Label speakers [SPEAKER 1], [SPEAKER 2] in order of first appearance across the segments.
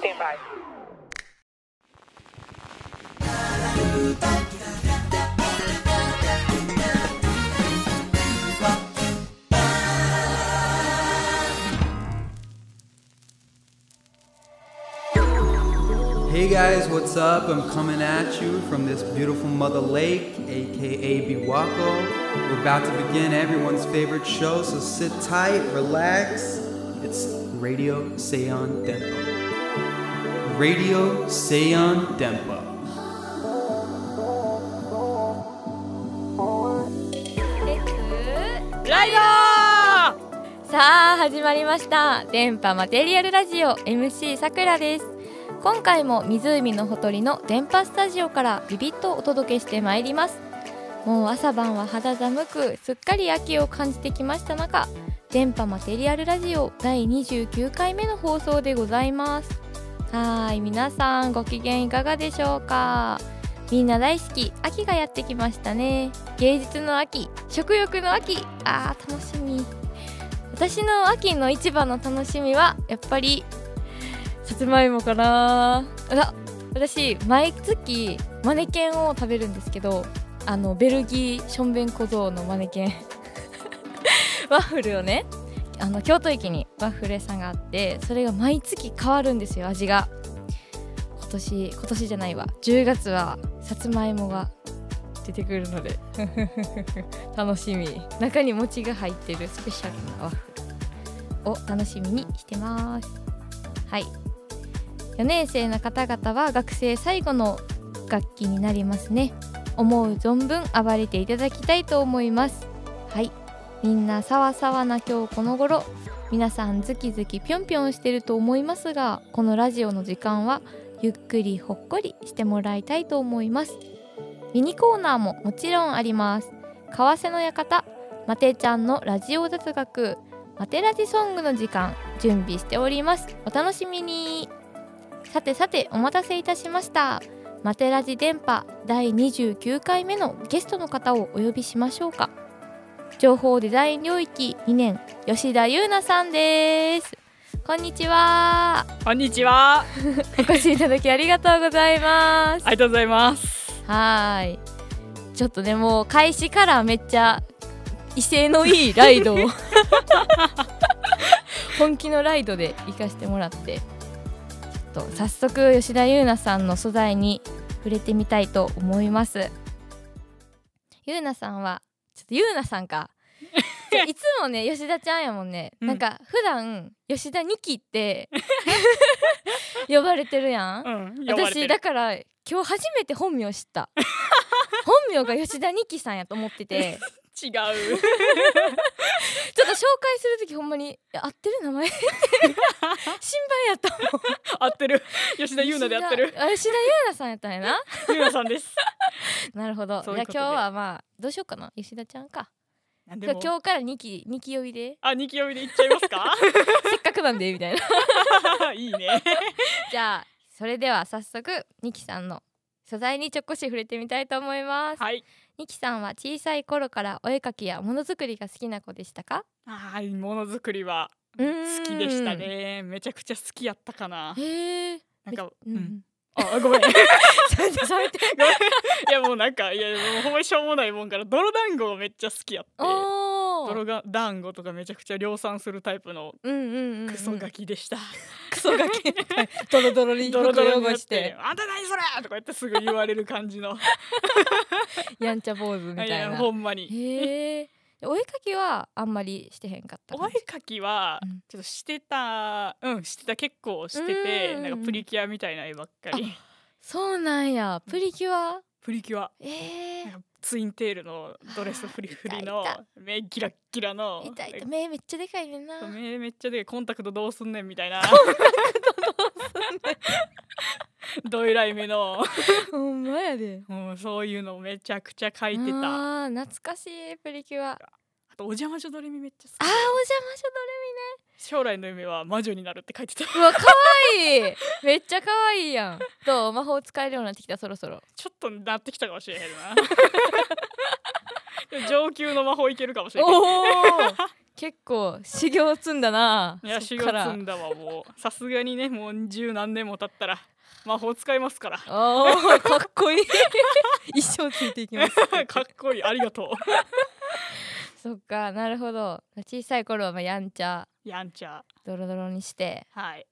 [SPEAKER 1] はい。
[SPEAKER 2] Hey guys, what's up? I'm coming at you from this beautiful mother lake, aka Biwako. We're about to begin everyone's favorite show, so sit tight, relax. It's Radio Seon Tempo. Radio Seon Tempo.
[SPEAKER 3] ライダー
[SPEAKER 4] さあ始まりました電波マテリアルラジオ MC さくらです今回も湖のほとりの電波スタジオからビビッとお届けしてまいりますもう朝晩は肌寒くすっかり秋を感じてきました中電波マテリアルラジオ第29回目の放送でございますはーい皆さんご機嫌いかがでしょうかみんな大好き秋がやってきましたね芸術の秋食欲の秋あー楽しみ私の秋の一番の楽しみはやっぱりさつまいもかなあら私毎月マネケンを食べるんですけどあのベルギーションベン小僧のマネケン ワッフルをねあの京都駅にワッフル屋さんがあってそれが毎月変わるんですよ味が今年今年じゃないわ10月はさつまいもが出てくるので 楽しみ中に餅が入ってるスペシャルなワッフルを楽しみにしてますはい4年生の方々は学生最後の楽器になりますね思う存分暴れていただきたいと思いますはいみんなさわさわな今日この頃皆さんズキズキぴょんぴょんしてると思いますがこのラジオの時間はゆっくりほっこりしてもらいたいと思いますミニコーナーももちろんあります為替の館マテちゃんのラジオ雑学マテラジソングの時間準備しておりますお楽しみにさてさてお待たせいたしましたマテラジ電波第29回目のゲストの方をお呼びしましょうか情報デザイン領域2年吉田優奈さんですこんにちは
[SPEAKER 3] こんにちはあ
[SPEAKER 4] お越しいただきありがとうございます
[SPEAKER 3] りがとうございます
[SPEAKER 4] はーいちょっとねもう開始からめっちゃ威勢のいいライ ドを本気のライドで行かしてもらってちょっと早速吉田優奈さんの素材に触れてみたいと思います優奈さんはちょっと優奈さん かちょいつもね吉田ちゃんやもんね、
[SPEAKER 3] うん
[SPEAKER 4] なんか普段吉田二期って 呼ばれてるやん
[SPEAKER 3] うん
[SPEAKER 4] 私だ
[SPEAKER 3] か
[SPEAKER 4] から今日初めて本名知った 本名が吉田二希さんやと思ってて
[SPEAKER 3] 違う
[SPEAKER 4] ちょっと紹介する時ほんまにいや合ってる名 前心配やったもん
[SPEAKER 3] 合ってる吉田優奈で合ってる
[SPEAKER 4] 吉田あ吉田優奈さんやったんや な
[SPEAKER 3] 優奈さ んです
[SPEAKER 4] なるほど
[SPEAKER 3] そう
[SPEAKER 4] じ
[SPEAKER 3] い
[SPEAKER 4] ゃ
[SPEAKER 3] う
[SPEAKER 4] あ
[SPEAKER 3] ことで
[SPEAKER 4] 今日はまあどうしようかな吉田ちゃんか
[SPEAKER 3] なん
[SPEAKER 4] じゃあ今日から二期二期呼びで
[SPEAKER 3] あ二期呼びで行っちゃいま すか
[SPEAKER 4] せっかくなんでみ たいな
[SPEAKER 3] いいね
[SPEAKER 4] じゃあそれでは早速二期さんの素材にちょっこし触れてみたいと思います
[SPEAKER 3] はい
[SPEAKER 4] 二期さんは小さい頃からお絵かきやものづくりが好きな子でしたか
[SPEAKER 3] はいものづくりは
[SPEAKER 4] うーん
[SPEAKER 3] 好きでしたねめちゃくちゃ好きやったかな
[SPEAKER 4] へえ。
[SPEAKER 3] なんか
[SPEAKER 4] う
[SPEAKER 3] うん
[SPEAKER 4] ん。
[SPEAKER 3] あごめん い
[SPEAKER 4] 喋 って喋 って。
[SPEAKER 3] やもうなんかいやもうほんまにしょうもないもんから泥団子がめっちゃ好きやって
[SPEAKER 4] おお。
[SPEAKER 3] 泥が団子とかめちゃくちゃ量産するタイプの
[SPEAKER 4] うんうんうん。
[SPEAKER 3] クソガキでした、
[SPEAKER 4] クソガキ。ドロドロに
[SPEAKER 3] ドロドロに
[SPEAKER 4] 服汚
[SPEAKER 3] なっ。て「あんた何それ!」とか言ってすぐ言われる感じの
[SPEAKER 4] やんちゃ坊 主み
[SPEAKER 3] い
[SPEAKER 4] たい
[SPEAKER 3] や
[SPEAKER 4] な。
[SPEAKER 3] ほんまに
[SPEAKER 4] へえ。お絵かきはあんまりしてへんかった
[SPEAKER 3] お
[SPEAKER 4] 感
[SPEAKER 3] 絵
[SPEAKER 4] じ。
[SPEAKER 3] かきは
[SPEAKER 4] うん
[SPEAKER 3] ちょっとしてたうんしてた結構してて
[SPEAKER 4] うん
[SPEAKER 3] なんかプリキュアみたいな絵ばっかり
[SPEAKER 4] そうなんや。プリキュア。
[SPEAKER 3] プリキュア
[SPEAKER 4] ええ
[SPEAKER 3] なん。かツインテールのドレスフリフリの
[SPEAKER 4] あーいた
[SPEAKER 3] 目ギラッギラの
[SPEAKER 4] いたいた目めっちゃでかいねんな。
[SPEAKER 3] なんか目めっちゃでコンタクトどうすんねんみたいなどえらい目の
[SPEAKER 4] ほんまやで。
[SPEAKER 3] もうそういうのめちゃくちゃ描いてた。
[SPEAKER 4] ああ懐かしいプリキュア。ああ
[SPEAKER 3] あとお邪魔女ドレミめっち
[SPEAKER 4] お
[SPEAKER 3] ゃ好き。
[SPEAKER 4] 邪魔しょ
[SPEAKER 3] 将来の夢は魔女になるって書いて た。
[SPEAKER 4] うわ可愛いめっちゃ可愛いやんどう魔法使えるようになってきたそろそろ
[SPEAKER 3] ちょっとなってきたかもしれへんな。上級の魔法いけるかもしれない
[SPEAKER 4] おお 結構修行を積んだない
[SPEAKER 3] や
[SPEAKER 4] そ
[SPEAKER 3] 修
[SPEAKER 4] っ
[SPEAKER 3] 行
[SPEAKER 4] から
[SPEAKER 3] 積んだわもうさすがにねもう十何年も経ったら魔法使いますから
[SPEAKER 4] おーかっこいい 一生ついていきます
[SPEAKER 3] かっこいいありがと
[SPEAKER 4] そっかなるほど小さい頃はまあやんちゃ
[SPEAKER 3] うやんちゃ
[SPEAKER 4] ドロドロにして
[SPEAKER 3] はい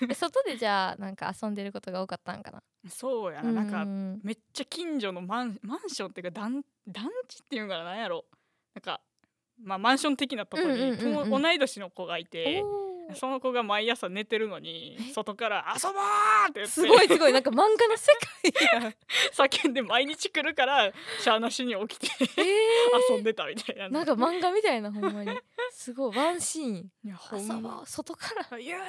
[SPEAKER 4] で外でじゃあなんか遊んでることが多かったんかな
[SPEAKER 3] そうや
[SPEAKER 4] う
[SPEAKER 3] ななんか
[SPEAKER 4] ん
[SPEAKER 3] めっちゃ近所のマンマンションっていうか団団地っていうからなんやろなんかまあマンション的なとこに、
[SPEAKER 4] うんうんうんうん
[SPEAKER 3] とも同い年の子がいて
[SPEAKER 4] おー
[SPEAKER 3] その子が毎朝寝てるのに
[SPEAKER 4] え
[SPEAKER 3] 外から「遊ぼう!」って言って
[SPEAKER 4] すごいすごいなんか漫画の世 界や
[SPEAKER 3] 叫んで毎日来るからしゃあなしに起きて
[SPEAKER 4] え
[SPEAKER 3] 遊んでたみたいな
[SPEAKER 4] ー、なんか漫画みたいなほんまにすごいワンシーン
[SPEAKER 3] いやほん
[SPEAKER 4] 遊
[SPEAKER 3] ま
[SPEAKER 4] ぼう外から
[SPEAKER 3] 言うな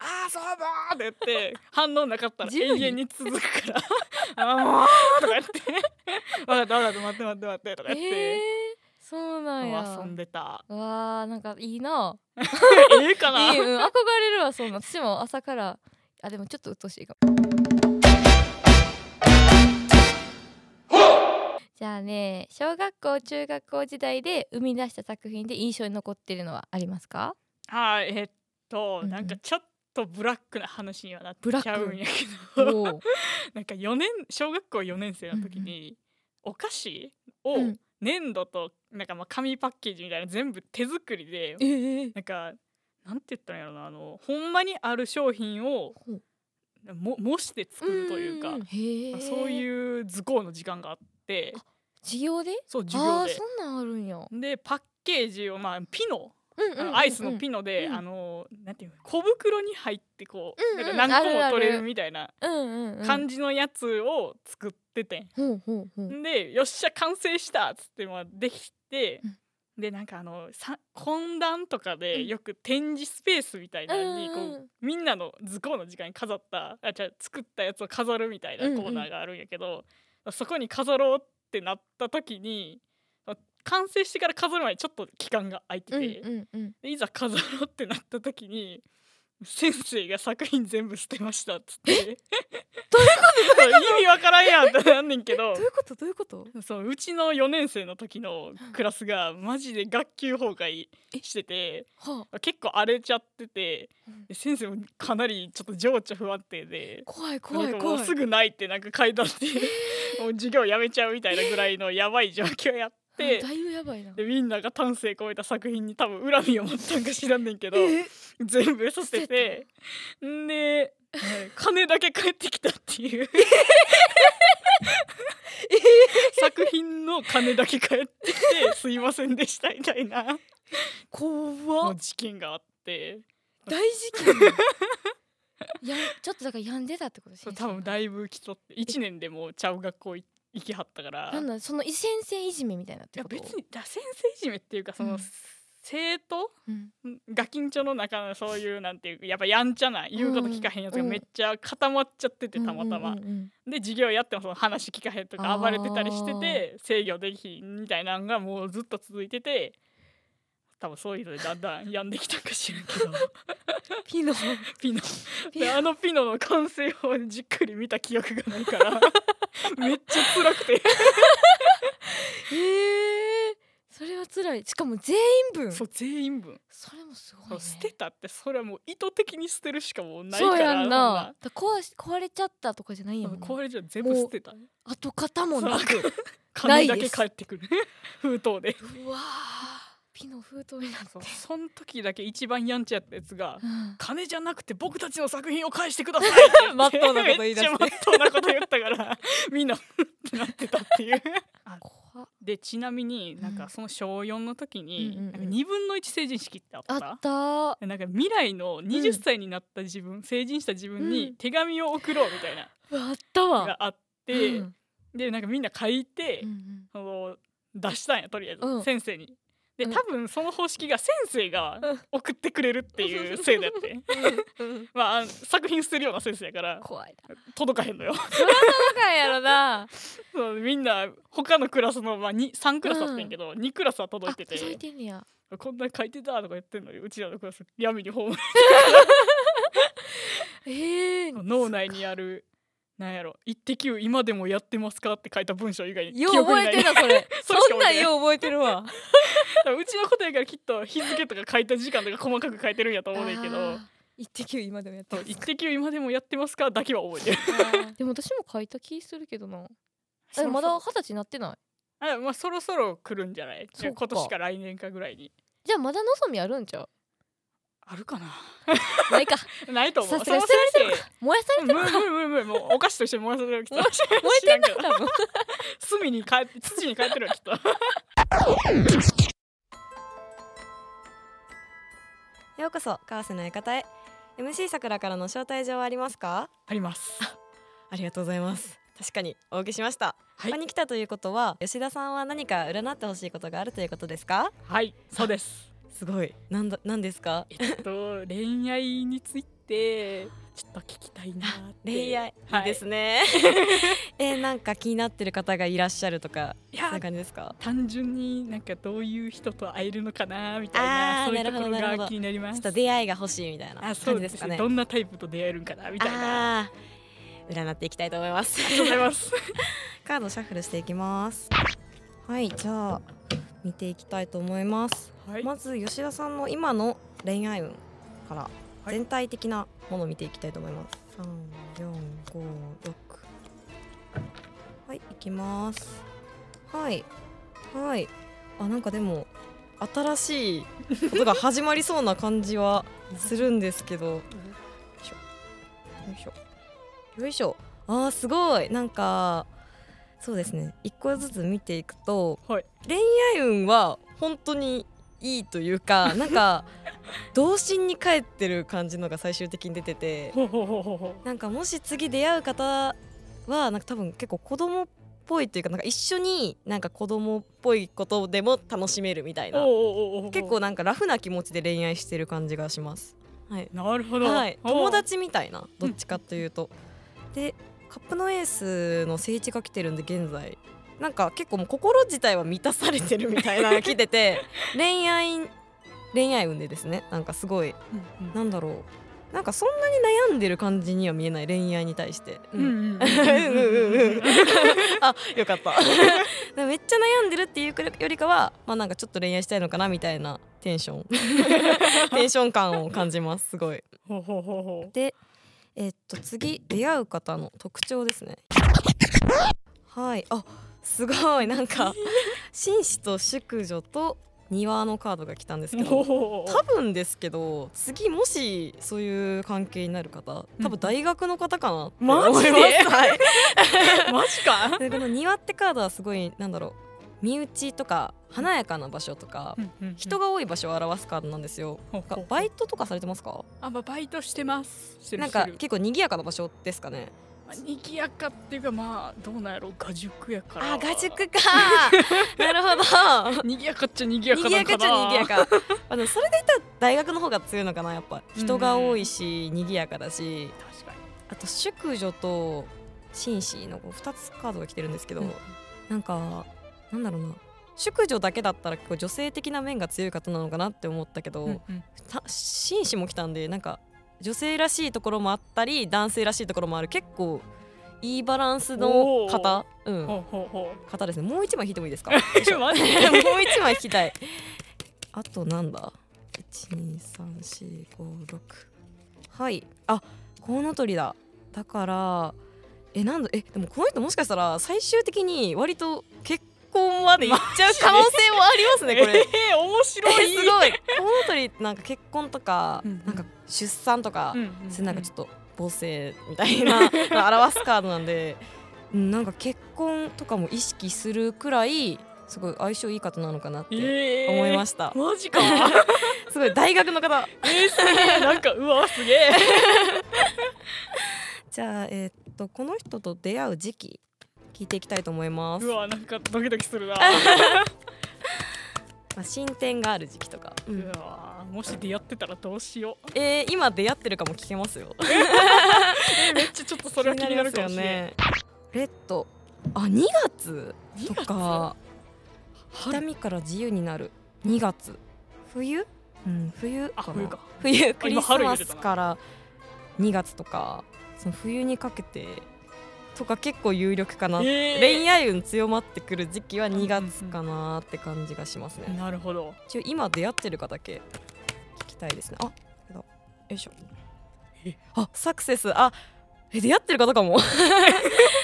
[SPEAKER 3] あそうぼーって言って反応なかったら
[SPEAKER 4] 自由
[SPEAKER 3] 永
[SPEAKER 4] に
[SPEAKER 3] 遠に続くから あもうとか言って 分かった分かった待って待って待ってとか言っ
[SPEAKER 4] えー
[SPEAKER 3] て、、
[SPEAKER 4] そうなんや
[SPEAKER 3] もう遊んでた
[SPEAKER 4] わあなんかいいな
[SPEAKER 3] ええかない
[SPEAKER 4] い、うん、憧れるわそんな私も朝からあでもちょっと鬱陶しいかもじゃあね小学校中学校時代で生み出した作品で印象に残ってるのはありますか
[SPEAKER 3] あえっと、
[SPEAKER 4] うんうん
[SPEAKER 3] なんかちょっとブラックな話にはなっ
[SPEAKER 4] ブラック
[SPEAKER 3] ちゃうんや
[SPEAKER 4] お
[SPEAKER 3] けど
[SPEAKER 4] ー
[SPEAKER 3] なんか四年小学校4年生の時に、お菓子を
[SPEAKER 4] うん
[SPEAKER 3] 粘土となんかまあ紙パッケージみたいな全部手作りで
[SPEAKER 4] えー、
[SPEAKER 3] なんかなんて言ったらいいんやろなあのほんまにある商品を
[SPEAKER 4] ほう
[SPEAKER 3] も模して作るというか
[SPEAKER 4] んんんへえ
[SPEAKER 3] そう
[SPEAKER 4] う
[SPEAKER 3] いう図工の時間があって
[SPEAKER 4] 授業で
[SPEAKER 3] そう授業
[SPEAKER 4] あー
[SPEAKER 3] で
[SPEAKER 4] そんなんあるんや、うん
[SPEAKER 3] でパッケージを、まあ、ピノ、
[SPEAKER 4] うん
[SPEAKER 3] あのアイスのピノで、
[SPEAKER 4] うん
[SPEAKER 3] あのなんていうの小袋に入ってこう、
[SPEAKER 4] うんうん
[SPEAKER 3] なんか何個
[SPEAKER 4] あ
[SPEAKER 3] も
[SPEAKER 4] るある
[SPEAKER 3] 取れるみたいな
[SPEAKER 4] うんうんうん
[SPEAKER 3] 感じのやつを作っててん、
[SPEAKER 4] ほうほうほうん
[SPEAKER 3] でよっしゃ完成したっつってまあできて、
[SPEAKER 4] うん
[SPEAKER 3] でなんかあのさ懇談とか
[SPEAKER 4] う
[SPEAKER 3] で
[SPEAKER 4] ん
[SPEAKER 3] よく展示スペースみたいなのにこう、
[SPEAKER 4] うんうん
[SPEAKER 3] みんなの図工の時間に飾ったあじゃあ作ったやつを飾るみたいな
[SPEAKER 4] うんうん
[SPEAKER 3] コーナーがあるんやけど、そこに飾ろうってなった時に完成してから飾るまでちょっと期間が空いて
[SPEAKER 4] う
[SPEAKER 3] て、
[SPEAKER 4] んうんうん
[SPEAKER 3] でいざ飾ろうってなった時に先生が作品全部捨てましたっつってどういう こと意味わからんやんってなんねんけど
[SPEAKER 4] どういうことどういうこと
[SPEAKER 3] そううちの4年生の時のクラスがマジで学級崩壊してて
[SPEAKER 4] はあ
[SPEAKER 3] 結構荒れちゃってて
[SPEAKER 4] うん
[SPEAKER 3] で先生もかなりちょっと情緒不安定で
[SPEAKER 4] 怖い怖い
[SPEAKER 3] なんかも
[SPEAKER 4] 怖
[SPEAKER 3] う
[SPEAKER 4] い
[SPEAKER 3] すぐないってなんか階段で もう授業やめちゃうみたいなぐらいのやばい状況やって
[SPEAKER 4] だいぶやばいな
[SPEAKER 3] でみんなが丹精込めた作品に多分恨みを持ったんか知らんねんけど
[SPEAKER 4] え
[SPEAKER 3] 全部捨ててんで金だけ返ってきたっていう作品の金だけ返ってきてすいませんでしたみたいなも
[SPEAKER 4] 怖
[SPEAKER 3] う
[SPEAKER 4] っ
[SPEAKER 3] 事件があって
[SPEAKER 4] 大事件やや んちょっとだから病んでたってこと
[SPEAKER 3] そう多分
[SPEAKER 4] だ
[SPEAKER 3] だいぶきとって1年でもうちゃう学校い行きはったから
[SPEAKER 4] なんだそのい先生いじめみたいなっ
[SPEAKER 3] い
[SPEAKER 4] て
[SPEAKER 3] や
[SPEAKER 4] こと
[SPEAKER 3] 別にだ先生いじめっていうかその、
[SPEAKER 4] うん
[SPEAKER 3] 生徒
[SPEAKER 4] うん
[SPEAKER 3] ガキンチョの中のそういうなんていうかやっぱやんちゃな言うこと聞かへんやつがめっちゃ固まっちゃっててたまたま、
[SPEAKER 4] うんうんうん
[SPEAKER 3] で授業やってもその話聞かへんと
[SPEAKER 4] あ
[SPEAKER 3] か
[SPEAKER 4] ー
[SPEAKER 3] 暴れてたりしてて制御できひんみたいなのがもうずっと続いてて多分そういうのでだんだん病んできたんか知らんけど
[SPEAKER 4] うんピ ノ
[SPEAKER 3] ピノ
[SPEAKER 4] ピノ
[SPEAKER 3] であのピノの完成をじっくり見た記憶がないから めっちゃ辛くて
[SPEAKER 4] ええそれは辛いしかも全員分
[SPEAKER 3] そ
[SPEAKER 4] そう
[SPEAKER 3] 全員分、
[SPEAKER 4] れもすごい
[SPEAKER 3] そう
[SPEAKER 4] ね
[SPEAKER 3] 捨てたってそれはもう意図的に捨てるしかもうないから
[SPEAKER 4] そうやん
[SPEAKER 3] ほん
[SPEAKER 4] な
[SPEAKER 3] ま
[SPEAKER 4] だ壊し壊れちゃったとかじゃないやもんな
[SPEAKER 3] 壊れちゃう全部捨てた
[SPEAKER 4] 跡形もな
[SPEAKER 3] そ
[SPEAKER 4] くない
[SPEAKER 3] 金
[SPEAKER 4] で
[SPEAKER 3] だ
[SPEAKER 4] す
[SPEAKER 3] け返ってくる封筒で
[SPEAKER 4] うわーピノ封筒になって
[SPEAKER 3] そうそん時だけ一番やんちゃやったやつが
[SPEAKER 4] うん
[SPEAKER 3] 金じゃなくて僕たちの作品を返してくださいって言って
[SPEAKER 4] 真っ当なこと言い出して
[SPEAKER 3] めっちゃ真っ当なこと言ったからみんなってなってたっていう
[SPEAKER 4] 怖っ
[SPEAKER 3] でちなみになんかその小4の時
[SPEAKER 4] うん
[SPEAKER 3] に
[SPEAKER 4] うんうん
[SPEAKER 3] なんか2分の1成人式ってあった
[SPEAKER 4] あったー
[SPEAKER 3] なんか未来の
[SPEAKER 4] うん
[SPEAKER 3] 20歳になった自分、成人した自分
[SPEAKER 4] うん
[SPEAKER 3] に手紙を送ろうみたいな
[SPEAKER 4] うわあった
[SPEAKER 3] の
[SPEAKER 4] わ
[SPEAKER 3] があっ
[SPEAKER 4] う
[SPEAKER 3] て、
[SPEAKER 4] ん
[SPEAKER 3] でなんかみんな書いて、
[SPEAKER 4] うんうん
[SPEAKER 3] その出したんやとりあえず、
[SPEAKER 4] うん
[SPEAKER 3] 先生に。で
[SPEAKER 4] うん
[SPEAKER 3] 多分その方式が先生が
[SPEAKER 4] うん
[SPEAKER 3] 送ってくれるっていう制度や って、まああの作品するような先生やから
[SPEAKER 4] 怖いな
[SPEAKER 3] 届かへん のよ
[SPEAKER 4] そうなんやろな。
[SPEAKER 3] そうみんな他のクラスの、まあ、に3クラスあったんやけど、2クラスは届いてて
[SPEAKER 4] あ届いてんねや。
[SPEAKER 3] こんなん書いてたとか言ってんのにうちらのクラス闇に葬る
[SPEAKER 4] ええー。
[SPEAKER 3] 脳内にあるなんやろ「イッテ Q 今でもやってますか?」って書いた文章以外に
[SPEAKER 4] よう
[SPEAKER 3] 記憶
[SPEAKER 4] 覚
[SPEAKER 3] にな
[SPEAKER 4] えて
[SPEAKER 3] い
[SPEAKER 4] るなそれ
[SPEAKER 3] それしか覚えてない
[SPEAKER 4] そんなんよう覚えてるわ
[SPEAKER 3] 多 分うちのことやからきっと日付とか書いた時間とか細かく書いてるんやと思うねんけど
[SPEAKER 4] 一滴今でもやって
[SPEAKER 3] そう
[SPEAKER 4] ま
[SPEAKER 3] 「
[SPEAKER 4] す
[SPEAKER 3] イッテ Q 今でもやってますか?」だけは覚えてる
[SPEAKER 4] でも私も書いた気するけどなえまだ二十歳になってない
[SPEAKER 3] あまあそろそろ来るんじゃない
[SPEAKER 4] そっか
[SPEAKER 3] 今年か来年かぐらいに
[SPEAKER 4] じゃあまだ望みあるんちゃう
[SPEAKER 3] あるかな
[SPEAKER 4] ないか
[SPEAKER 3] ないと思う
[SPEAKER 4] さすがに
[SPEAKER 3] その
[SPEAKER 4] それ
[SPEAKER 3] 先生
[SPEAKER 4] 燃やさ れて
[SPEAKER 3] 無
[SPEAKER 4] る
[SPEAKER 3] 理無理無理無理もうお菓子と一緒に燃やされるきっと
[SPEAKER 4] 燃
[SPEAKER 3] 燃
[SPEAKER 4] 燃えてんの多分
[SPEAKER 3] 炭に帰って土に帰ってるわ きっと
[SPEAKER 1] ようこそ川瀬の館へ MC さくらからの招待状はありますか
[SPEAKER 3] あります
[SPEAKER 1] ありがとうございます確かにお受けしました、
[SPEAKER 3] はい
[SPEAKER 1] ここに来たということは吉田さんは何か占ってほしいことがあるということですか
[SPEAKER 3] はいそう です
[SPEAKER 1] すごいなんだなんですか
[SPEAKER 3] えっと恋愛についてちょっと聞きたいなーって
[SPEAKER 1] 恋愛、
[SPEAKER 3] はい
[SPEAKER 1] い、いです ねえー、なんか気になってる方がいらっしゃるとか
[SPEAKER 3] い
[SPEAKER 1] そ
[SPEAKER 3] や
[SPEAKER 1] んな感じですか
[SPEAKER 3] 単純になんかどういう人と会えるのかなみたいな
[SPEAKER 1] あー
[SPEAKER 3] そういうところ
[SPEAKER 1] なるほどなる
[SPEAKER 3] が
[SPEAKER 1] ほど
[SPEAKER 3] 気になりま
[SPEAKER 1] ちょっ
[SPEAKER 3] す
[SPEAKER 1] と出会いが欲しいみたい
[SPEAKER 3] あ
[SPEAKER 1] な感
[SPEAKER 3] そう
[SPEAKER 1] じ
[SPEAKER 3] で
[SPEAKER 1] ですす
[SPEAKER 3] ね
[SPEAKER 1] かね
[SPEAKER 3] どんなタイプと出会えるんかなみたいなあ
[SPEAKER 1] あー占っていきたいと思います
[SPEAKER 3] りがとうございます
[SPEAKER 1] カードシャッフルしていきますはいじゃあ見ていきたいと思います、
[SPEAKER 3] はい
[SPEAKER 1] まず吉田さんの今の恋愛運から
[SPEAKER 3] い
[SPEAKER 1] 全体的なものを見ていきたいと思います、三四五六はい行きますはいはいあなんかでも新しいことが始まりそうな感じはするんですけどよいしょよいしょよいしょあーすごいなんかそうですね一個ずつ見ていくと、
[SPEAKER 3] はい
[SPEAKER 1] 恋愛運は本当にいいとい うかなんか童心に帰ってる感じのが最終的に出てて
[SPEAKER 3] ほうほうほうほうほう
[SPEAKER 1] なんかもし次出会う方はなんか多分結構子供っぽいというかなんか一緒になんか子供っぽいことでも楽しめるみたい
[SPEAKER 3] お
[SPEAKER 1] な
[SPEAKER 3] うおうおうおう
[SPEAKER 1] 結構なんかラフな気持ちで恋愛してる感じがします。はい、
[SPEAKER 3] なるほど
[SPEAKER 1] はい、
[SPEAKER 3] おう
[SPEAKER 1] 友達みたいなどっちかというと、でカップのエースの聖地が来てるんで現在なんか結構もう心自体は満たされてるみたいなのが来てて恋愛恋愛運でですねなんかすごい
[SPEAKER 3] うん
[SPEAKER 1] なんだろうなんかそんなに悩んでる感じには見えない恋愛に対して、
[SPEAKER 3] うんう
[SPEAKER 1] う
[SPEAKER 3] んうん
[SPEAKER 1] ん うんうんうん
[SPEAKER 3] うん
[SPEAKER 1] あよかっためっちゃ悩んでるっていうよりかはまあなんかちょっと恋愛したいのかなみたいなテンションテンション感を感じますすごい
[SPEAKER 3] ほうほうほうほ
[SPEAKER 1] でえっと次出会う方の特徴ですねはいあすごいなんか紳士と淑女と庭のカードが来たんです
[SPEAKER 3] う
[SPEAKER 1] け
[SPEAKER 3] ほう
[SPEAKER 1] ど
[SPEAKER 3] ほう
[SPEAKER 1] 多分ですけど次もしそういう関係になる方多分大学の方かなって思います、
[SPEAKER 3] マジで
[SPEAKER 1] はい
[SPEAKER 3] マジか
[SPEAKER 1] でこの庭ってカードはすごいなんだろう身内とか華やかな場所とか人
[SPEAKER 3] が
[SPEAKER 1] が多い場所を表すカードなんですよ。なんかバイトとかされてますか？
[SPEAKER 3] あまあバイトしてますしてる
[SPEAKER 1] なんか
[SPEAKER 3] してる
[SPEAKER 1] 結構賑やかな場所ですかね。
[SPEAKER 3] まあ賑やかっていうかまあどうなんやろう画塾やから
[SPEAKER 1] あ、画塾か。 なるほど。
[SPEAKER 3] 賑やかっちゃ賑やか
[SPEAKER 1] 賑
[SPEAKER 3] な
[SPEAKER 1] や
[SPEAKER 3] んかな
[SPEAKER 1] かっちゃ賑やか。あのそれでいったら大学の方が強いのかなやっぱ。人が多いし賑やかだし、
[SPEAKER 3] 確か
[SPEAKER 1] あと淑女と紳士のこう二つカードが来てるんですけど、
[SPEAKER 3] うん
[SPEAKER 1] なんかなんだろうな。淑女だけだったら結構女性的な面が強い方なのかなって思ったけど、
[SPEAKER 3] にうんうん
[SPEAKER 1] た紳士も来たんでなんか女性らしいところもあったり男性らしいところもある結構いいバランスの方、うん、
[SPEAKER 3] ほうほうほ
[SPEAKER 1] 方ですねもう一枚引いてもいいですか
[SPEAKER 3] うマジで
[SPEAKER 1] もう一枚引きたいあとなんだ12345はいあコウノトリだだからえなんだえでもこの人もしかしたら最終的に割と結婚までいっちゃう可能性もありますねこれ
[SPEAKER 3] えー、面白い
[SPEAKER 1] えすごい コウノトリってなんか結婚とか、
[SPEAKER 3] うんうん
[SPEAKER 1] なんか出産とか、
[SPEAKER 3] うんうん
[SPEAKER 1] それなんかちょっと母性みた いなのを表すカードなんでうんなんか結婚とかも意識するくらいすごい相性いい方なのかなって
[SPEAKER 3] えー、
[SPEAKER 1] 思いました、
[SPEAKER 3] マ ジか
[SPEAKER 1] すごい大学の方
[SPEAKER 3] えー、すげえなんかうわすげ え
[SPEAKER 1] じゃあえーっとこの人と出会う時期聞いていきたいと思います
[SPEAKER 3] う、わなんかドキドキするな
[SPEAKER 1] まあ、進展がある時期とか、うん
[SPEAKER 3] うわもし出会ってたらどうしよう
[SPEAKER 1] えー今出会ってるかも聞けますよ
[SPEAKER 3] えめっちゃちょっと それは気になるかもしれない、
[SPEAKER 1] 気になりますよねレッドあ2月とか痛みから自由になる2月冬うん冬
[SPEAKER 3] あ
[SPEAKER 1] かな
[SPEAKER 3] 冬か
[SPEAKER 1] 冬クリ
[SPEAKER 3] 今
[SPEAKER 1] ス
[SPEAKER 3] 春
[SPEAKER 1] マ
[SPEAKER 3] 入れて
[SPEAKER 1] ス
[SPEAKER 3] たな
[SPEAKER 1] から2月とかその冬にかけてとか結構有力かな、
[SPEAKER 3] えー
[SPEAKER 1] 恋愛運強まってくる時期は2月かなって感じがしますね、
[SPEAKER 3] なるほど
[SPEAKER 1] 一応今出会ってるかだけ聞きたいですねあやだよいしょ
[SPEAKER 3] え
[SPEAKER 1] あサクセスあえ出会ってる方かも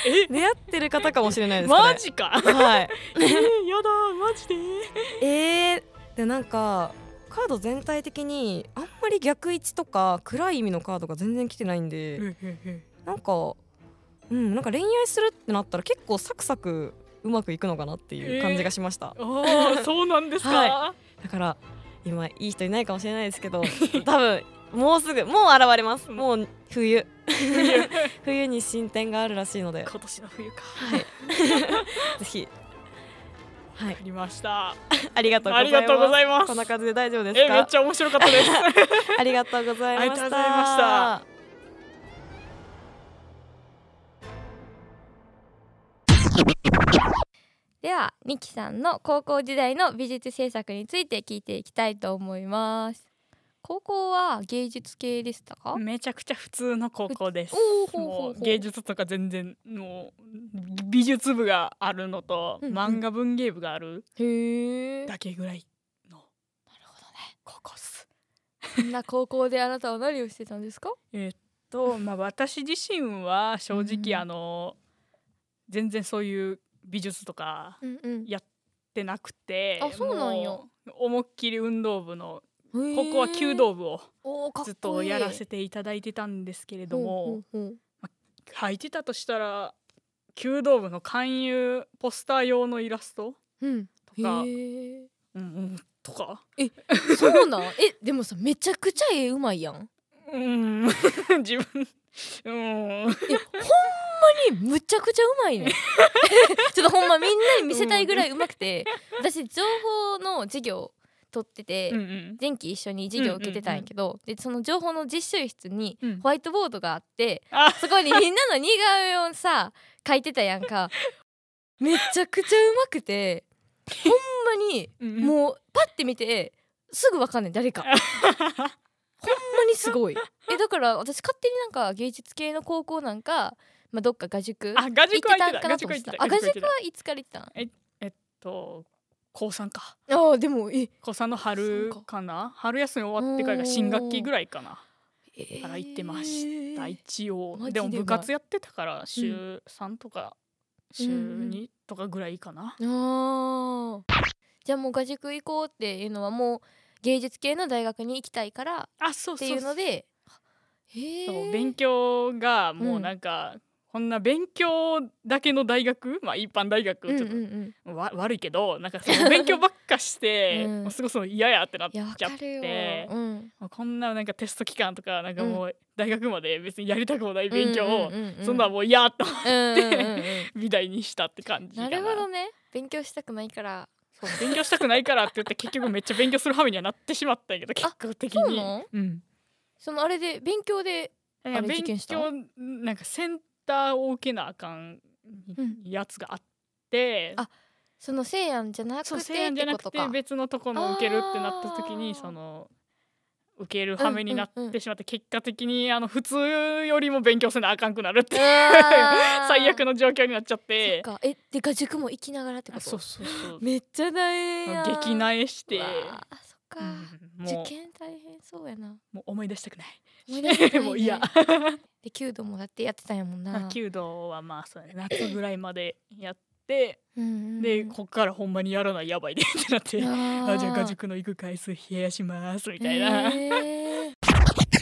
[SPEAKER 3] え
[SPEAKER 1] 出会ってる方かもしれないですね
[SPEAKER 3] マジか
[SPEAKER 1] はい
[SPEAKER 3] え ーやだマジで
[SPEAKER 1] えー、でなんかカード全体的にあんまり逆位置とか暗い意味のカードが全然来てないんで、なんかうんなんか恋愛するってなったら結構サクサクうまくいくのかなっていう感じがしました、
[SPEAKER 3] ああそうなんですか、
[SPEAKER 1] はだから今いい人いないかもしれないですけど 多分もうすぐもう現れますもう冬
[SPEAKER 3] 冬
[SPEAKER 1] 冬に進展があるらしいので
[SPEAKER 3] 今年の冬か
[SPEAKER 1] ぜひはい
[SPEAKER 3] ありました
[SPEAKER 1] ありがとうございます
[SPEAKER 3] ありがとうございます
[SPEAKER 1] こんな感じで大丈夫ですか
[SPEAKER 3] えめっちゃ面白かったです
[SPEAKER 1] ありがとうございま
[SPEAKER 3] あり
[SPEAKER 1] した。
[SPEAKER 3] がとうございました
[SPEAKER 4] ではニキさんの高校時代の美術制作について聞いていきたいと思います高校は芸術系でしたか
[SPEAKER 3] めちゃくちゃ普通の高校です
[SPEAKER 4] おーほうほうほ
[SPEAKER 3] も
[SPEAKER 4] う
[SPEAKER 3] う芸術とか全然もう美術部があるのと、
[SPEAKER 4] うんうん
[SPEAKER 3] 漫画文芸部がある
[SPEAKER 4] へえな る
[SPEAKER 3] だけぐらいの
[SPEAKER 4] ほどね
[SPEAKER 3] 高校っす。
[SPEAKER 4] そんな高校であなたは何をしてたんですか
[SPEAKER 3] えっとまあ私自身は正直
[SPEAKER 4] うん
[SPEAKER 3] あの、全然そういう美術とか
[SPEAKER 4] うんうん
[SPEAKER 3] やってなくて
[SPEAKER 4] あそうなんや
[SPEAKER 3] もう思いっきり運動部の
[SPEAKER 4] 高
[SPEAKER 3] 高校は弓道部を
[SPEAKER 4] おーかこいい
[SPEAKER 3] ずっとやらせていただいてたんですけれども。
[SPEAKER 4] ほうほうほう
[SPEAKER 3] 履いてたとしたら弓道部の勧誘ポスター用のイラスト、
[SPEAKER 4] うん
[SPEAKER 3] とか
[SPEAKER 4] へ
[SPEAKER 3] うんうん、とか
[SPEAKER 4] えそうなんえでもさめちゃくちゃ絵うまいやん
[SPEAKER 3] うん 自分うん
[SPEAKER 4] えほんまにむちゃくちゃうまい ねちょっとほんまみんなに見せたいぐらいうまくて私情報の授業取ってて、
[SPEAKER 3] うんうん
[SPEAKER 4] 前期一緒に授業受けてたんやけど、でその情報の実習室に
[SPEAKER 3] うん
[SPEAKER 4] ホワイトボードがあって、
[SPEAKER 3] あ
[SPEAKER 4] そこにみんなの似顔絵をさ書いてたやんかめちゃくちゃうまく てほんまに
[SPEAKER 3] うんうん
[SPEAKER 4] もうパッて見てすぐわかんない 誰かほんまにすごいえだから私勝手になんか芸術系の高校なんか、まあ、どっか画塾行
[SPEAKER 3] あ画
[SPEAKER 4] って
[SPEAKER 3] 塾は行ったて
[SPEAKER 4] んかな
[SPEAKER 3] た
[SPEAKER 4] と
[SPEAKER 3] 画塾
[SPEAKER 4] 思った
[SPEAKER 3] は行っててた
[SPEAKER 4] あ
[SPEAKER 3] 画
[SPEAKER 4] 画
[SPEAKER 3] 塾
[SPEAKER 4] 塾
[SPEAKER 3] は行って
[SPEAKER 4] は
[SPEAKER 3] た
[SPEAKER 4] いつから行ってたん
[SPEAKER 3] えっと高3か
[SPEAKER 4] ああでもえ
[SPEAKER 3] 高3の春
[SPEAKER 4] そう
[SPEAKER 3] かな春休み終わってからが新学期ぐらいかな
[SPEAKER 4] え
[SPEAKER 3] から行ってました
[SPEAKER 4] え
[SPEAKER 3] 一応
[SPEAKER 4] マジで
[SPEAKER 3] でも
[SPEAKER 4] うまい
[SPEAKER 3] 部活やってたから週3とか週2とかぐらいかな、
[SPEAKER 4] ああじゃあもう画塾行こうっていうのはもう芸術系の大学に行きたいから
[SPEAKER 3] あそう
[SPEAKER 4] っ
[SPEAKER 3] そ
[SPEAKER 4] て
[SPEAKER 3] う
[SPEAKER 4] い
[SPEAKER 3] そう
[SPEAKER 4] うのでへえ
[SPEAKER 3] そう勉強がもうなんか、こんな勉強だけの大学まあ一般大学
[SPEAKER 4] うんう
[SPEAKER 3] ちょっ
[SPEAKER 4] ん
[SPEAKER 3] と、
[SPEAKER 4] うん
[SPEAKER 3] わ悪いけどなんかその勉強ばっかして、
[SPEAKER 4] うん
[SPEAKER 3] もうすごいその嫌やってなっ
[SPEAKER 4] い
[SPEAKER 3] ち
[SPEAKER 4] や
[SPEAKER 3] ゃ
[SPEAKER 4] わ
[SPEAKER 3] っ
[SPEAKER 4] かるよ、
[SPEAKER 3] て
[SPEAKER 4] うん、
[SPEAKER 3] もうこんななんかテスト期間とかなんかもう大学まで別にやりたくもない勉強を、
[SPEAKER 4] うううう
[SPEAKER 3] そんなんもう嫌と
[SPEAKER 4] うんうんうんうん
[SPEAKER 3] 美大にしたって感じか
[SPEAKER 4] な
[SPEAKER 3] な
[SPEAKER 4] るほどね勉強したくないから
[SPEAKER 3] そう勉強したくないからって言って結局めっちゃ勉強する羽目にはなってしまったんやけど結果的
[SPEAKER 4] そう
[SPEAKER 3] に
[SPEAKER 4] なん
[SPEAKER 3] うん
[SPEAKER 4] そのあれで勉強で
[SPEAKER 3] いや
[SPEAKER 4] あれ
[SPEAKER 3] 勉
[SPEAKER 4] 受験した
[SPEAKER 3] 強なんかセンターを受けなあかん
[SPEAKER 4] うん
[SPEAKER 3] やつがあって、
[SPEAKER 4] あその西安じゃなくて
[SPEAKER 3] そう
[SPEAKER 4] っ
[SPEAKER 3] 制案じゃ
[SPEAKER 4] て
[SPEAKER 3] な
[SPEAKER 4] こ
[SPEAKER 3] く
[SPEAKER 4] と
[SPEAKER 3] て
[SPEAKER 4] か
[SPEAKER 3] 別のとこの受けるってなった時
[SPEAKER 4] あ
[SPEAKER 3] に
[SPEAKER 4] ー
[SPEAKER 3] その受ける羽目にな
[SPEAKER 4] うんう
[SPEAKER 3] っ
[SPEAKER 4] んうん
[SPEAKER 3] てしまって、結果的にあの普通よりも勉強せなあかんくなるっていう 最
[SPEAKER 4] 最
[SPEAKER 3] 悪の状況になっちゃって
[SPEAKER 4] そっかえで画塾も行きながらってこ
[SPEAKER 3] あ
[SPEAKER 4] と
[SPEAKER 3] そうそうそう
[SPEAKER 4] めっちゃ大変や
[SPEAKER 3] 激
[SPEAKER 4] っ
[SPEAKER 3] なえして、
[SPEAKER 4] あそっか、
[SPEAKER 3] うん
[SPEAKER 4] 受
[SPEAKER 3] も
[SPEAKER 4] 験大変そうやな
[SPEAKER 3] うもう思い出したくない
[SPEAKER 4] 思い出せない、ね、
[SPEAKER 3] もう嫌
[SPEAKER 4] で弓道もだってやってたんやもんな、
[SPEAKER 3] 弓道はまあそうやね夏ぐらいまでやって
[SPEAKER 4] うんうんうん、
[SPEAKER 3] でこっからほんまにやらないやばいでってなって
[SPEAKER 4] あ
[SPEAKER 3] あじゃあ画塾の行く回数冷やしますみたいな、
[SPEAKER 4] へー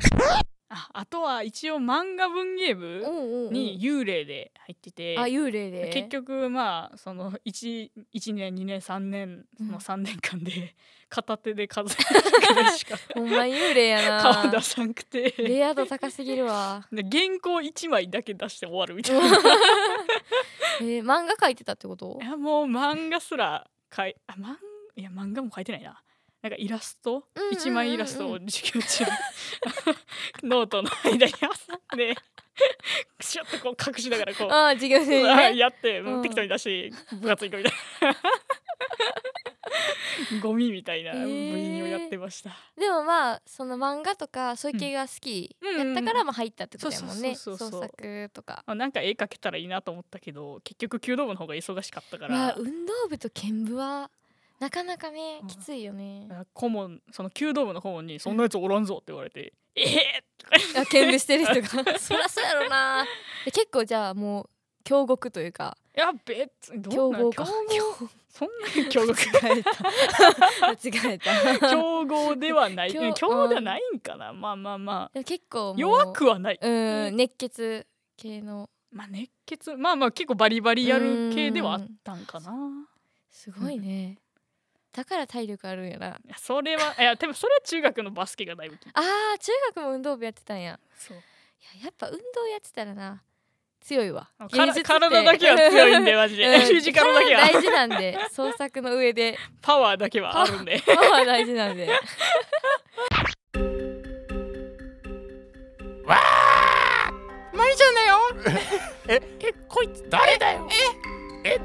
[SPEAKER 3] ああとは一応漫画文芸部
[SPEAKER 4] おうおうおう
[SPEAKER 3] に幽霊で入ってて、
[SPEAKER 4] あ幽霊で
[SPEAKER 3] 結局まあその 1, 1年2年3年
[SPEAKER 4] うん
[SPEAKER 3] の3年間 で片手で数えるくらいしか
[SPEAKER 4] ほんま幽霊やな
[SPEAKER 3] 顔出さんくてで
[SPEAKER 4] レア度高すぎるわ
[SPEAKER 3] 原稿1枚だけ出して終わるみたいない
[SPEAKER 4] えー、漫画描いてたってこと
[SPEAKER 3] やもう漫画すらかいあ漫いや漫画も書いてないな。なんかイラスト、
[SPEAKER 4] うんうんうんうん
[SPEAKER 3] 一枚イラストを授業中ノートの間に挟んでクシュッとこう隠しながらこう
[SPEAKER 4] ああ授業中にね
[SPEAKER 3] やって、
[SPEAKER 4] うん
[SPEAKER 3] 適当に出し部活行くみたいゴミみたいな
[SPEAKER 4] え
[SPEAKER 3] 部
[SPEAKER 4] ー
[SPEAKER 3] 員をやってました、
[SPEAKER 4] でもまあその漫画とかそういう系が好き
[SPEAKER 3] う
[SPEAKER 4] や
[SPEAKER 3] ん
[SPEAKER 4] ったからも入ったってことやもんね
[SPEAKER 3] そう
[SPEAKER 4] 創
[SPEAKER 3] そうそうそうそう
[SPEAKER 4] 作とか
[SPEAKER 3] あなんか絵描けたらいいなと思ったけど結局弓道部の方が忙しかったから、
[SPEAKER 4] まあ運動部と剣舞はなかなかね
[SPEAKER 3] うん
[SPEAKER 4] きついよね
[SPEAKER 3] なんか顧問その弓道部の顧問に「そんなやつおらんぞ」って言われて「ええー!」とか言って
[SPEAKER 4] あ剣舞してる人が そりゃそうやろなで結構じゃあもう京極というか
[SPEAKER 3] やっべど
[SPEAKER 4] 強
[SPEAKER 3] んな
[SPEAKER 4] 豪か
[SPEAKER 3] そんなに強 豪
[SPEAKER 4] 間違えた間違えた
[SPEAKER 3] 強豪ではない
[SPEAKER 4] 強
[SPEAKER 3] 強豪ではないんかな、まあまあまあ
[SPEAKER 4] でも結構もう
[SPEAKER 3] 弱くはない、
[SPEAKER 4] うん熱血系の
[SPEAKER 3] まあ熱血まあまあ結構バリバリやる系ではあったんかな
[SPEAKER 4] すごいねだから体力あるんやない
[SPEAKER 3] やそれはいやでもそれは中学のバスケがだいぶ効いた
[SPEAKER 4] あー中学も運動部やってたんや
[SPEAKER 3] そう
[SPEAKER 4] いややっぱ運動やってたらな強いわ
[SPEAKER 3] あの
[SPEAKER 4] 芸
[SPEAKER 3] から
[SPEAKER 4] 術って
[SPEAKER 3] 体だけは強い ん でマジで、
[SPEAKER 4] うん
[SPEAKER 3] フィジカルだけ
[SPEAKER 4] 体
[SPEAKER 3] は
[SPEAKER 4] 大事なんで創作の上で
[SPEAKER 3] パワーだけはあるんで
[SPEAKER 4] パワー大事なん で
[SPEAKER 5] マリちゃんだよええこいつ誰だよええ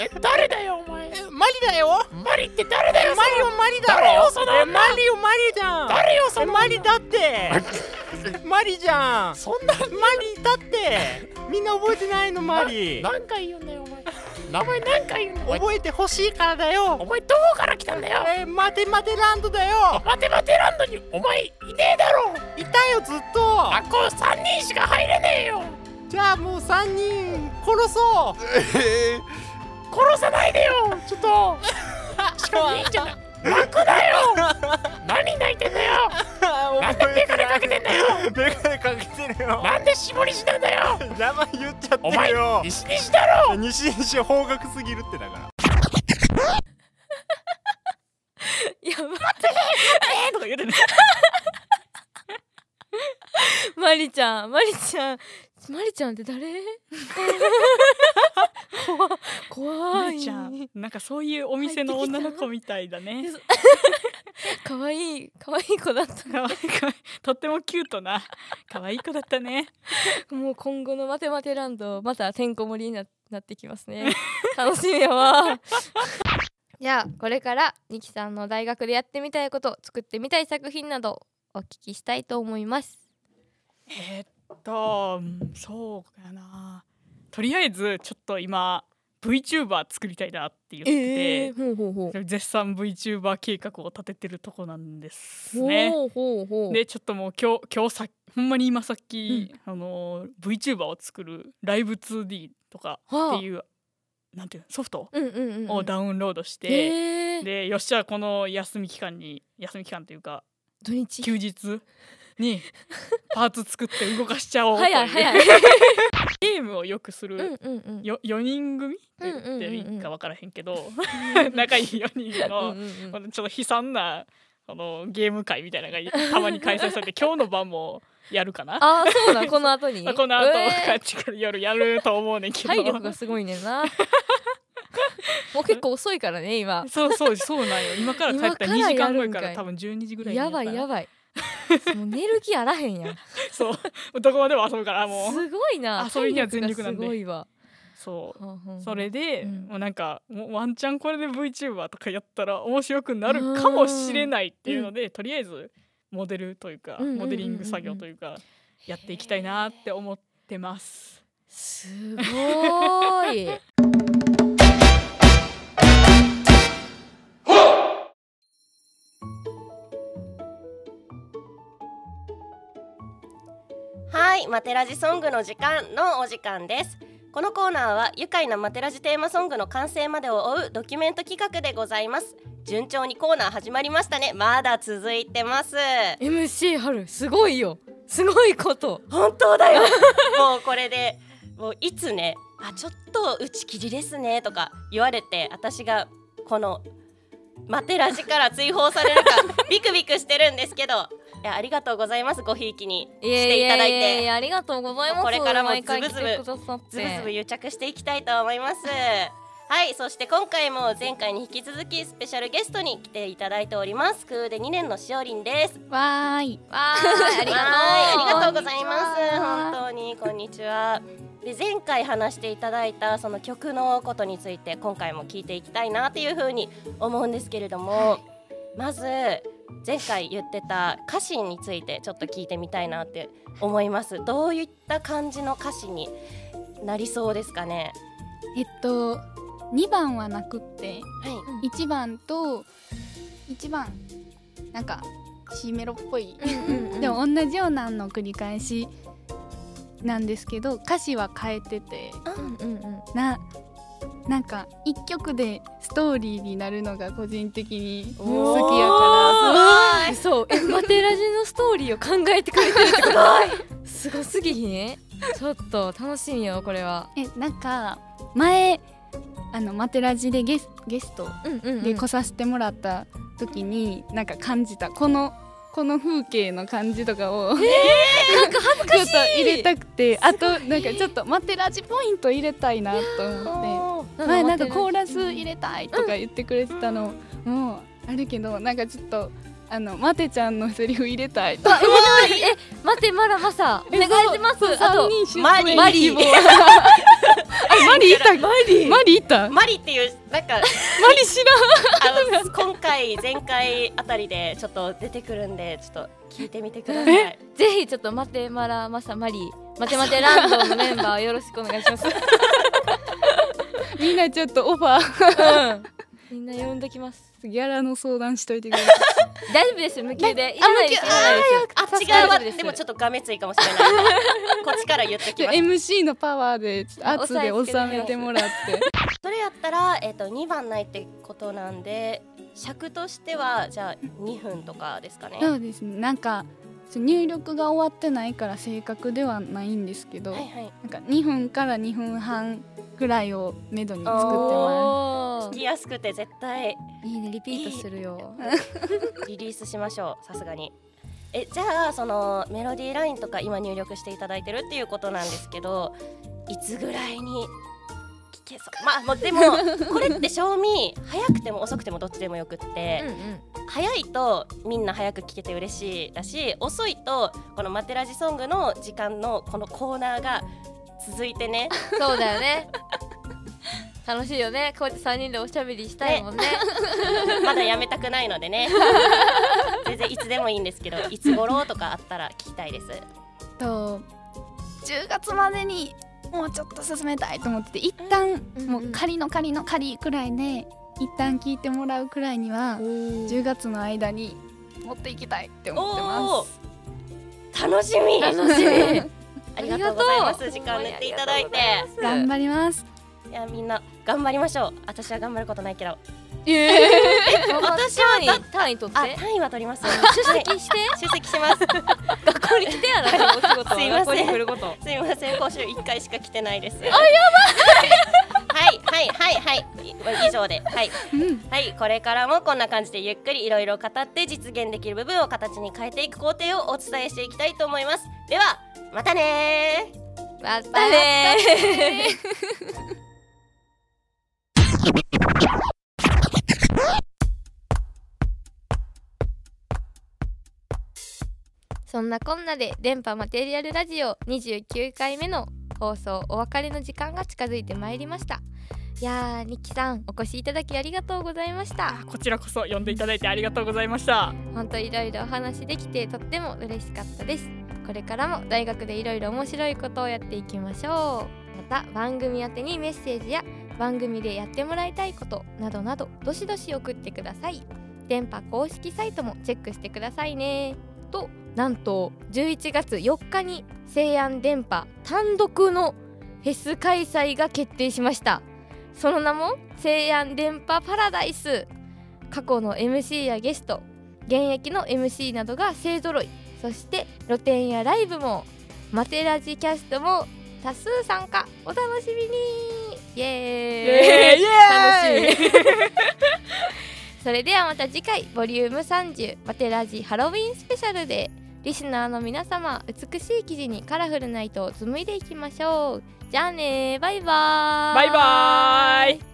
[SPEAKER 5] え誰だよお前マリだよマリって誰だよマリオマリだろ誰よそのマリオマリじゃん誰よそのマリだって マリじゃんそんなマリだってみんな覚えてないのマリ
[SPEAKER 6] 何回言うんだよお前名前何回言うのお前
[SPEAKER 5] 覚えてほしいからだ
[SPEAKER 6] お
[SPEAKER 5] よ
[SPEAKER 6] 前どこから来たんだよ
[SPEAKER 5] えー、マテマテランドだよ
[SPEAKER 6] 待て待てランドにお前いねえだろ
[SPEAKER 5] いたよずっと
[SPEAKER 6] 学校3人しか入れねえよ
[SPEAKER 5] じゃあもう三人殺そう
[SPEAKER 6] 殺さないでよちょっとしかもいいじゃない楽だよ何泣いてんだよなんでメガネかけてんだよ
[SPEAKER 5] メガネかけてるよ
[SPEAKER 6] なんで絞りしてんだよ
[SPEAKER 5] 名前言っちゃっ
[SPEAKER 6] お
[SPEAKER 5] て
[SPEAKER 6] 前
[SPEAKER 5] るよ
[SPEAKER 6] 西西だろ
[SPEAKER 5] 西西方角すぎるってだから
[SPEAKER 4] や
[SPEAKER 3] えーとか言うてね
[SPEAKER 4] ばマリちゃんマリちゃんマリちゃんって 誰怖怖い
[SPEAKER 3] ちゃんなんかそういうお店の女の子みたいだね
[SPEAKER 4] 可愛い可愛い子だった
[SPEAKER 3] 可愛い可愛い とってもキュートな可愛い子だったね
[SPEAKER 4] もう今後のマテマテランドまたてんこ盛りにななってきます ね楽しみやわ じゃあこれからニキさんの大学でやってみたいこと作ってみたい作品などお聞きしたいと思います
[SPEAKER 3] えーっとうんそうかなとりあえずちょっと今 VTuber 作りたいなって言ってて、
[SPEAKER 4] ほうほうほ
[SPEAKER 3] 絶賛 VTuber 計画を立ててるとこなんです
[SPEAKER 4] ほう、
[SPEAKER 3] ね。
[SPEAKER 4] ほうほうほう
[SPEAKER 3] でちょっともう今日今日さほんまに今さっき、あの VTuber を作るライブ 2D とか
[SPEAKER 4] はあ
[SPEAKER 3] っていう、なんていうのソフト
[SPEAKER 4] うんうんうん
[SPEAKER 3] をダウンロードして、
[SPEAKER 4] えー、
[SPEAKER 3] でよっしゃこの休み期間に休み期間というか
[SPEAKER 4] 土日
[SPEAKER 3] 休日にパーツ作って動かしちゃおうという
[SPEAKER 4] 早い早い
[SPEAKER 3] ゲームをよくす
[SPEAKER 4] うん
[SPEAKER 3] る、
[SPEAKER 4] うんうん
[SPEAKER 3] よ4人組って言って
[SPEAKER 4] うんうんうん
[SPEAKER 3] いうい
[SPEAKER 4] ん
[SPEAKER 3] か分からへんけど 仲いい4人
[SPEAKER 4] う
[SPEAKER 3] の
[SPEAKER 4] んうんうん
[SPEAKER 3] このちょっと悲惨なあのゲーム会みたいな のがたまに開催されて今日の晩もやるかな
[SPEAKER 4] あーそうなんこの後に
[SPEAKER 3] この後、帰っ
[SPEAKER 4] え
[SPEAKER 3] てくる夜やると思うねんけ
[SPEAKER 4] ー
[SPEAKER 3] ど
[SPEAKER 4] 体力がすごいねん なもう結構遅いからね今
[SPEAKER 3] そうそうそうなんよ今から帰ったら2時間後やから多分12時ぐらいに
[SPEAKER 4] やばいや
[SPEAKER 3] ば
[SPEAKER 4] ばいもう寝る気あらへんやん
[SPEAKER 3] いそうどこまでも遊ぶからもう
[SPEAKER 4] すごいな
[SPEAKER 3] 遊びには全力なん
[SPEAKER 4] 体が
[SPEAKER 3] で
[SPEAKER 4] すごいわ
[SPEAKER 3] そう
[SPEAKER 4] はんはんはん
[SPEAKER 3] そ れで、
[SPEAKER 4] うん
[SPEAKER 3] もうなんかもうワンチャンこれで VTuber とかやったら面白くなるかもしれないっていうので、とりあえずモデルというか、
[SPEAKER 4] うんうんうんうん
[SPEAKER 3] モデリング作業というかやっていきたいなって思ってます。
[SPEAKER 4] すごい
[SPEAKER 7] はい、マテラジソングの時間のお時間です。このコーナーは愉快なマテラジテーマソングの完成までを追うドキュメント企画でございます。順調にコーナー始まりましたね。まだ続いてます。
[SPEAKER 4] MC 春すごいよすごいこと
[SPEAKER 7] 本当だよ。もうこれで、もういつね、あ、ちょっと打ち切りですねとか言われて、私がこのマテラジから追放されるかビクビクしてるんですけど、いやありがとうございます。ごひいきにし
[SPEAKER 4] いやや
[SPEAKER 7] ていただい
[SPEAKER 4] やや
[SPEAKER 7] て。
[SPEAKER 4] やありがとうございます
[SPEAKER 7] これからも
[SPEAKER 4] 毎回
[SPEAKER 7] ズブズブ
[SPEAKER 4] 来てくださって
[SPEAKER 7] ズブズブ癒着していきたいと思います。 はい、そして今回も前回に引き続きスペシャルゲストに来ていただいております。クーデ2年のしおりんです。
[SPEAKER 8] わーい。
[SPEAKER 4] わーいありがとう
[SPEAKER 7] はいありがとうございます。
[SPEAKER 4] こんにちは
[SPEAKER 7] 本当にこんにちは。で前回話していただいたその曲のことについて今回も聞いていきたいなっていうふうに思うんですけれども、まず前回言ってた歌詞についてちょっと聞いてみたいなって思いますどういった感じの歌詞になりそうですかね
[SPEAKER 8] えっと2番はなくって
[SPEAKER 7] はい
[SPEAKER 8] 1番と1番なんか C メロっぽいでも同じようなの繰り返しなんですけど歌詞は変えてて
[SPEAKER 4] うんうんうん
[SPEAKER 8] ななんか一曲でストーリーになるのが個人的に好きやから
[SPEAKER 4] えそうえマテラジのストーリーを考えてくれてるってことすごいすごすぎひんちょっと楽しみよこれは
[SPEAKER 8] えなんか前あのマテラジでゲスゲスト
[SPEAKER 4] うんうん、
[SPEAKER 8] で来させてもらった時に、なんか感じたこのこの風景の感じとかを、
[SPEAKER 4] なんか恥ず
[SPEAKER 8] ちょ
[SPEAKER 4] か
[SPEAKER 8] っ
[SPEAKER 4] し
[SPEAKER 8] と
[SPEAKER 4] い
[SPEAKER 8] 入れたくてあとなんかちょっとマテラジポイント入れたいなと思っ
[SPEAKER 7] おー
[SPEAKER 8] て前なんかコー
[SPEAKER 4] ラ
[SPEAKER 8] ラス入れたいとか言ってくれてたのもうあるけどなんかちょっとあのマテちゃんのセリフ入れたいと
[SPEAKER 4] え待ってまだまさお願いしますあ
[SPEAKER 8] 3
[SPEAKER 4] と
[SPEAKER 8] 人集
[SPEAKER 7] マリ
[SPEAKER 4] マリー
[SPEAKER 8] あマリいたマリマリいたマ
[SPEAKER 7] マリっていうなんか
[SPEAKER 8] リ知らん
[SPEAKER 7] あの今回前回あたりでちょっと出てくるんでちょっと聞いてみてください
[SPEAKER 4] ぜひちょっとマテマラマサマリーマテマテランドのメンバーよろしくお願いします。
[SPEAKER 8] みんなちょっとオファー
[SPEAKER 4] みんな呼んできます。
[SPEAKER 8] ギャラの相談しといてください
[SPEAKER 4] 大丈夫です無給で。いらないですいらない
[SPEAKER 7] あ
[SPEAKER 4] です。
[SPEAKER 7] 違うわでもち
[SPEAKER 4] っ
[SPEAKER 7] ょっとがめついかもしれないこっちから言ってき
[SPEAKER 8] で
[SPEAKER 7] ます
[SPEAKER 8] MC のパワーでちょっと圧で収めてもらって
[SPEAKER 7] それやったら、えっと2番ないってことなんで尺としてはじゃあ2分とかですかね、
[SPEAKER 8] そうですねなんかそう入力が終わってないから正確ではないんですけど、
[SPEAKER 7] はいはい
[SPEAKER 8] なんか2分から2分半ぐらいをめどに作ってま
[SPEAKER 4] と
[SPEAKER 7] 聞きやすくて絶対
[SPEAKER 4] いいねリピートするよ。
[SPEAKER 7] リリースしましょうさすがにえじゃあそのメロディーラインとか今入力していただいてるっていうことなんですけどいつぐらいに聞けそうまあもうでもこれって賞味早くても遅くてもどっちでもよくって、早いとみんな早く聞けて嬉しいだし遅いとこのマテラジソングの時間のこのコーナーが続いてね
[SPEAKER 4] そうだよね。楽しいよね。こうやって三人でおしゃべりしたいもんね。
[SPEAKER 7] まだやめたくないのでね全然いつでもいいんですけどいつ頃とかあったら聞きたいです。
[SPEAKER 8] すと10月までにもうちょっと進めたいと思ってて一旦
[SPEAKER 4] うん
[SPEAKER 8] もう仮の仮の仮くらいで一旦聞いてもらうくらいには10月の間に持っていきたいって思ってま
[SPEAKER 7] お
[SPEAKER 8] す。
[SPEAKER 7] ー楽しみ
[SPEAKER 4] 楽しみ。
[SPEAKER 7] ありがとうございま
[SPEAKER 4] あ
[SPEAKER 7] す
[SPEAKER 4] り
[SPEAKER 7] 時
[SPEAKER 4] がとう
[SPEAKER 7] 間寝ていただいて
[SPEAKER 8] 頑張ります。
[SPEAKER 7] いやみんな頑張りましょう私は頑張ることないけど
[SPEAKER 4] 私は単位取っ
[SPEAKER 7] あ
[SPEAKER 4] て。
[SPEAKER 7] 単位は取ります
[SPEAKER 4] 出
[SPEAKER 7] はい
[SPEAKER 4] 席して。
[SPEAKER 7] 出席します
[SPEAKER 4] 学校に来てやら。お仕事は
[SPEAKER 7] すいませ
[SPEAKER 4] 学校
[SPEAKER 7] ん
[SPEAKER 4] に来ること。
[SPEAKER 7] すいません今週一回しか来てないですあやばい はいはいはいはいい以上ではい、はいこれからもこんな感じでゆっくりいろいろ語って実現できる部分を形に変えていく工程をお伝えしていきたいと思いますではまたねー
[SPEAKER 4] またねー。 そんなこんなで電波マテリアルラジオ29回目の放送お別れの時間が近づいてまいりましたいやーニッキさんお越しいただきありがとうございました
[SPEAKER 3] あこちらこそ呼んでいただいてありがとうございました
[SPEAKER 4] 本当いろいろお話できてとっても嬉しかったですこれからも大学でいろいろ面白いことをやっていきましょうまた番組宛てにメッセージや番組でやってもらいたいことなどなどどしどし送ってください電波公式サイトもチェックしてくださいねとなんと11月4日に西安電波単独のフェス開催が決定しましたその名も西安電波パラダイス過去の MC やゲスト現役の MC などが勢ぞろいそして露店やライブもマテラジキャストも多数参加お楽しみにイエーイ楽しい それではまた次回ボリューム30マテラジハロウィンスペシャルでリスナーの皆様美しい記事にカラフルな糸を紡いでいきましょうじゃあねバイバーイ
[SPEAKER 3] バイバーイ